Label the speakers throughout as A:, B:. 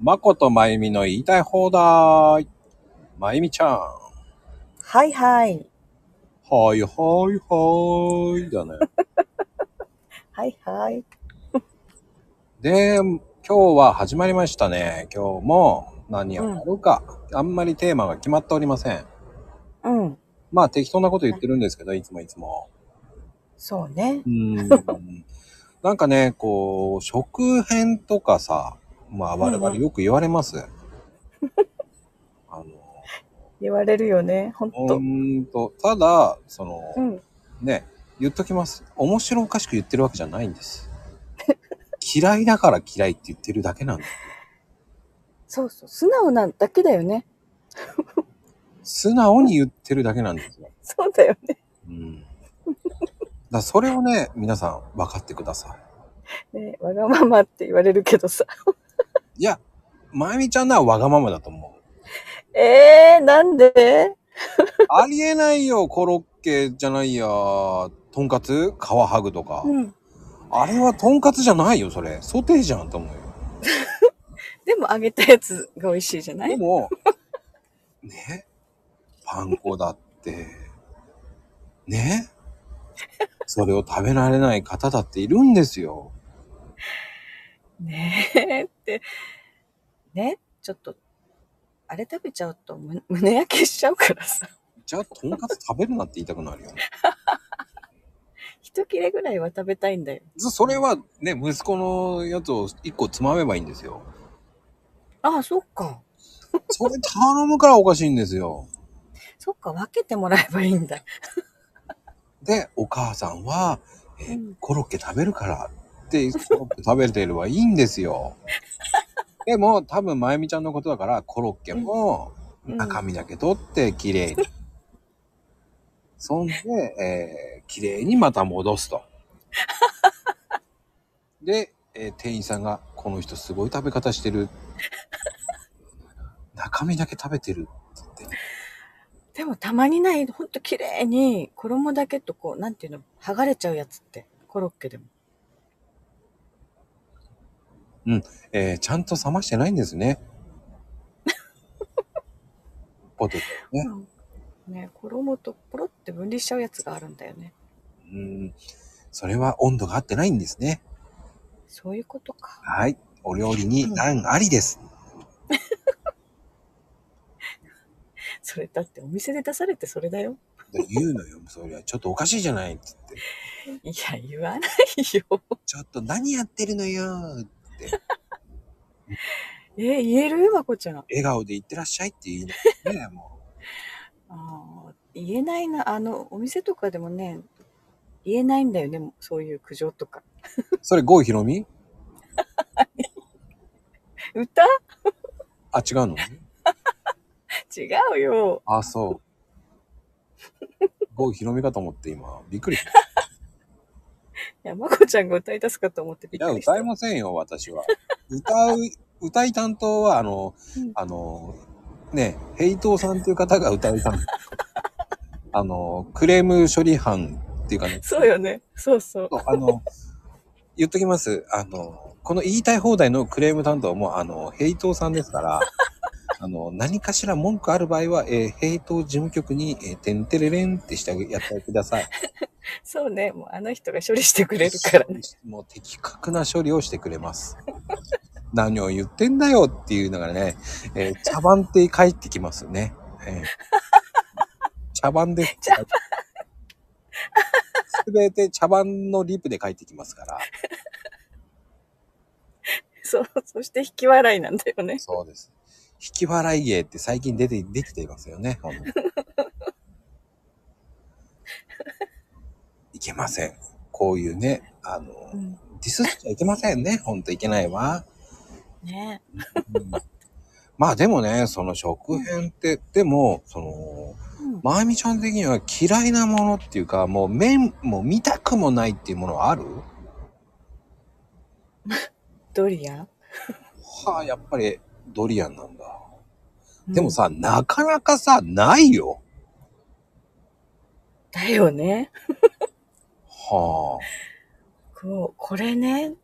A: まことまゆみの言いたい放題。まゆみちゃん。は
B: はいはい。
A: いはいはい。だね。
B: はいはい。
A: で、今日は始まりましたね。今日も何をやるか、あんまりテーマが決まっておりません。
B: うん。
A: まあ適当なこと言ってるんですけど、いつもいつも。
B: そうね
A: う。ーん。なんかね、こう、食編とかさ、まあ我々よく言われます。あの、
B: 言われるよね。ほん
A: う
B: と。
A: ーんと、ただ、その、
B: うん。
A: ね、言っときます。面白おかしく言ってるわけじゃないんです。嫌いだから嫌いって言ってるだけなんです。
B: そうそう。素直なだけだよね。
A: 素直に言ってるだけなんですよ。
B: そうだよね。
A: うん。だからそれをね、皆さん分かってくださ
B: ねわがままって言われるけどさ。
A: い。いや、まゆみちゃんならわがままだと思う。
B: えー、なんで
A: ありえないよ、コロッケじゃないや、とんかつ皮剥ぐとか。
B: うん。
A: あれはとんかつじゃないよ、それ。ソテーじゃんと思うよ。
B: でも揚げたやつが美味しいじゃな
A: で
B: い
A: も、ね、パン粉だって、ね、それを食べられない方だっているんですよ。
B: ねえって。ねちょっと、あれ食べちゃうとむ胸焼けしちゃうからさ。
A: じゃあ、とんかつ食べるなって言いたくなるよね。
B: 一切れぐらいは食べたいんだよ。
A: ずそれはね、息子のやつを一個つまめばいいんですよ。
B: ああ、そっか。
A: それ頼むからおかしいんですよ。
B: そっか、分けてもらえばいいんだ。
A: で、お母さんは、え
B: うん
A: コロッケ食べるからって、コロッケ食べてればいいんです よ。でも、多分、まゆみちゃんのことだから、コロッケも、
B: うん
A: 中身だけ取って、綺麗に。そんで、えー、綺麗にまた戻 すと。で、えー店員さんが、この人すごい食べ方してる。中身だけ食べてるって言って。
B: でもたまにない、ほんと綺麗に、衣だけとこう、なんていうの、剥がれちゃうやつって、コロッケでも。
A: えーちゃんと冷ましてないんです ね。ポテトね。
B: ね、衣とポロって分離しちゃうやつがあるんだよね。
A: うん。それは温度が合ってないんですね。
B: そういうことか。
A: はい。お料理に難ありです。
B: それだってお店で出されてそれだよ。
A: で言うのよ。そりゃ、ちょっとおかしいじゃないっつって。
B: いや、言わないよ。
A: ちょっと何やってるのよって。
B: え、言えるまこちゃん。あ
A: 笑顔で言ってらっしゃいって言いながらね、も
B: あー、言えないな。あの、お店とかでもね、言えないんだよね。そういう苦情とか。
A: う。それ、郷ひろみ
B: 歌
A: あ、違うの
B: 違うよ。
A: あ、そう。郷ひろみかと思って今、びっくりした。
B: いや、まこちゃんが歌い出すかと思ってび
A: い
B: っく
A: や、
B: りした。
A: 歌えませんよ、私は。歌う、 歌い担当は、あの、
B: うん
A: あの、ね、ヘイトーさんっていう方が歌い担当。 あの、クレーム処理班っていうかね、
B: そうよね。そうそう。
A: そうあの、言っときます。あの、この言いたい放題のクレーム担当も、あの、ヘイトーさんです から、あの、何かしら文句ある場合は、えーヘイトー事務局に、えー、てんてれれんってしてあげやってください。
B: そうね、もうあの人が処理してくれる から ね。
A: もう的確な処理をしてくれます。何を言ってんだよっていうのがね、えー茶番って帰ってきますね。えー茶番です。
B: 茶
A: すべて茶番のリプで帰ってきますから。
B: そう、そして引き笑いなんだよね。
A: そうです。引き笑い芸って最近出て、できていますよね。ほんといけません。こういうね、あの、
B: うん、
A: ディスっちゃいけませんね。ほんといけないわ。
B: ね
A: うんまあでもね、その食編って、でも、その、
B: うん、
A: まゆみちゃん的には嫌いなものっていうか、もう麺、もう見たくもないっていうものはある
B: ドリアン、
A: はあ、やっぱりドリアンなんだ。
B: うん
A: でも。さ、なかなかさ、ないよ。
B: だよね。
A: は
B: こう、これね、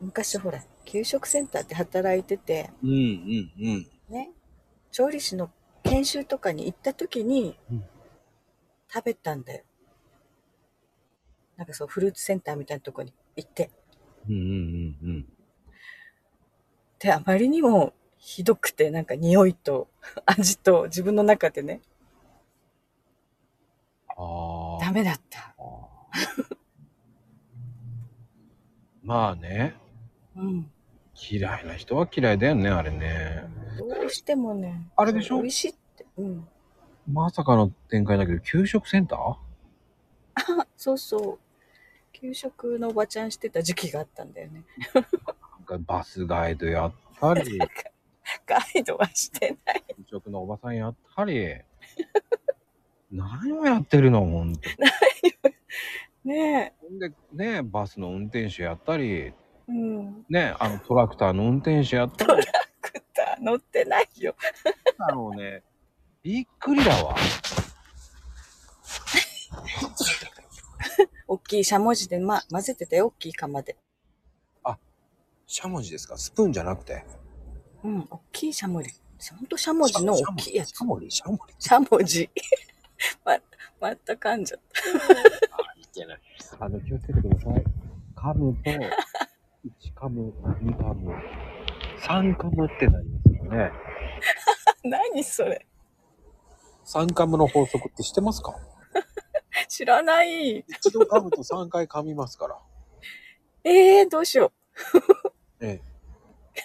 B: 昔ほら、給食センターで働いてて、
A: うんうんうん。
B: ね、調理師の研修とかに行った時に
A: うん、
B: 食べたんだよ。なんかそう、フルーツセンターみたいなとこに行って。
A: うんうんうんうん。
B: で、あまりにもひどくて、なんか匂いと味と自分の中でね、
A: あ
B: ダ
A: あ。
B: メだった。
A: まあね、
B: うん。
A: 嫌いな人は嫌いだよね、あれね。
B: どうしてもね、
A: あれでしょ
B: 美味しいって。うん。
A: まさかの展開だけど、給食センター
B: あそうそう。給食のおばちゃんしてた時期があったんだよね。
A: なんかバスガイドやった り、給
B: ガイドはしてない。
A: 食のおばさんやったり。何をやってるの、ほんと。
B: ね
A: ほんで、ね、バスの運転手やったり、
B: え。うん。
A: ね、あのトラクターの運転手やったり。
B: クッター乗ってないよ。
A: だろうね。びっくりだわ。
B: 大きいしゃもじで、ま、混ぜてたよ。大きい釜で。
A: しゃもじですかスプーンじゃなくて。
B: うん。大きいしゃもじ。ほんとしゃもじの大きいやつ
A: し。ゃもじしゃもじ
B: しゃもじ。ま、 また噛んじゃった。
A: いけない。あの、気をつけてください。噛むと、1噛む、2噛む、3噛むってなりますよね。
B: 何それ。
A: 3噛むの法則って知ってますか
B: 知らない。
A: 一度噛むと3回噛みますから。
B: ええー、どうしよ
A: え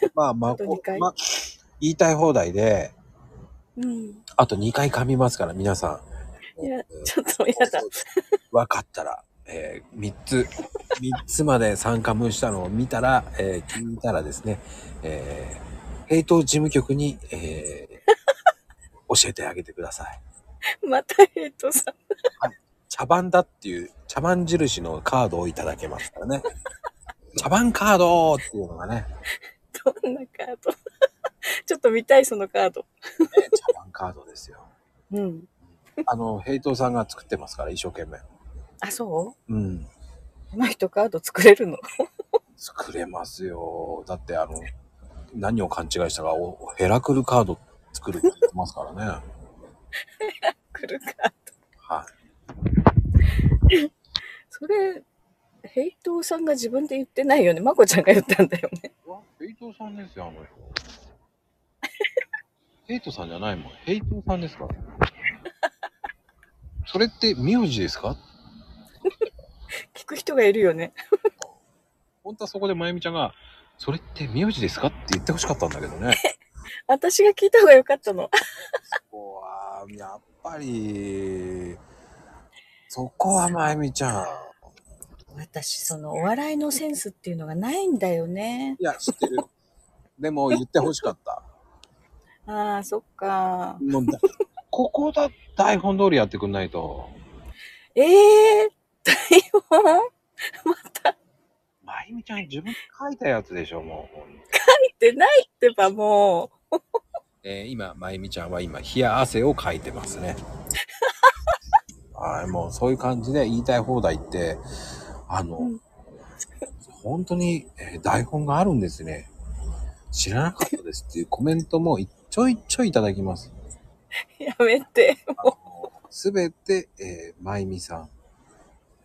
A: え。まあ、まあ、
B: あと二回
A: まあ言いたい放題で、
B: う。うん。
A: あと2回噛みますから、皆さん。
B: いや
A: ええ、
B: ちょっとやだ。
A: 分かったら、えー、3つ、3つまで参加無したのを見たら、えー、聞いたらですね、えー、ヘイト事務局に、え ー、教えてあげてください。
B: またヘイトさん。
A: 茶番だっていう、茶番印のカードをいただけますからね。茶番カードっていうのがね、
B: どんなカード ちょっと見たい、そのカード。
A: ね茶番カードですよ。
B: うん。
A: あの、ヘイトさんが作ってますから、一生懸命。
B: あ、そ
A: うん。
B: うマイトカード作れるの
A: 作れますよ。だって、あの、何を勘違いしたか、おヘラクルカード作るって言ってますからね。
B: 来るか。
A: は
B: それ、ヘイトーさんが自分で言ってないよね。まこちゃんが言ったんだよね。
A: い。ヘイトさんですよ、あの人。ヘイトさんじゃないもん。ヘイトさんですから。それって名字ですか
B: 聞く人がいるよね。
A: 本当はそこでまゆみちゃんが、それって名字ですかって言ってほしかったんだけどね。
B: 私が聞いた方が良かったの。
A: そこは、やっぱり、そこはまゆみちゃん。
B: 私、そのお笑いのセンスっていうのがないんだよね。
A: いや、知ってる。でも言ってほしかった。
B: ああ、そっか。
A: もうだここだ、台本通りやってくんないと。
B: ええー、台本 また
A: まゆみちゃん自分で書いたやつでしょ、もう。
B: 見てないってばもう。
A: えー今、まゆみちゃんは今、冷や汗をかいてます ね。はい、もうそういう感じで言いたい放題って、あの、
B: うん
A: 本当に、えー台本があるんですね。知らなかったですっていうコメントもいちょいちょいいただきます。
B: やめて。
A: すべて、えーまゆみさん。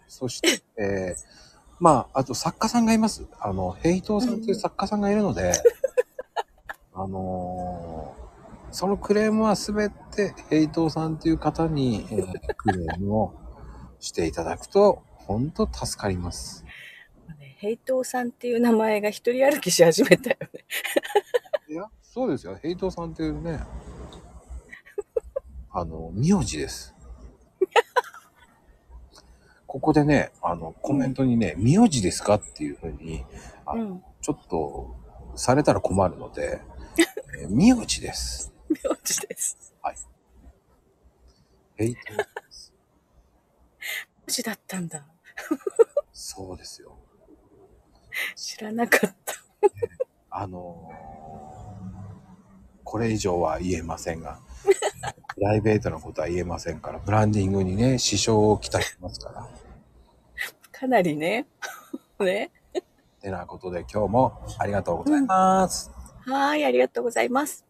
A: そして、えーまあ、あと作家さんがいます。あの、平等さんという作家さんがいるので、 あのーそのクレームはすべて平等さんという方に、えークレームをしていただくと、本当助かります。
B: ヘイトーさんっていう名前が一人歩きし始めたよね。
A: いや、そうですよ。平等さんというね、 あの、名字です。 ここでね、あの、コメントにね、名字ですかっていうふうに、あ
B: うん。
A: ちょっと、されたら困るので、えー名字です。
B: 名字です。
A: 平等です。
B: 名字だったんだ。
A: そうですよ。
B: 知らなかった。
A: あのーこれ以上は言えませんが、プライベートなことは言えませんから、ブランディングにね、支障をきたしますから。
B: かなりね。ね。
C: てなことで今日もありがとうございます。
A: はーい、ありがとうございます。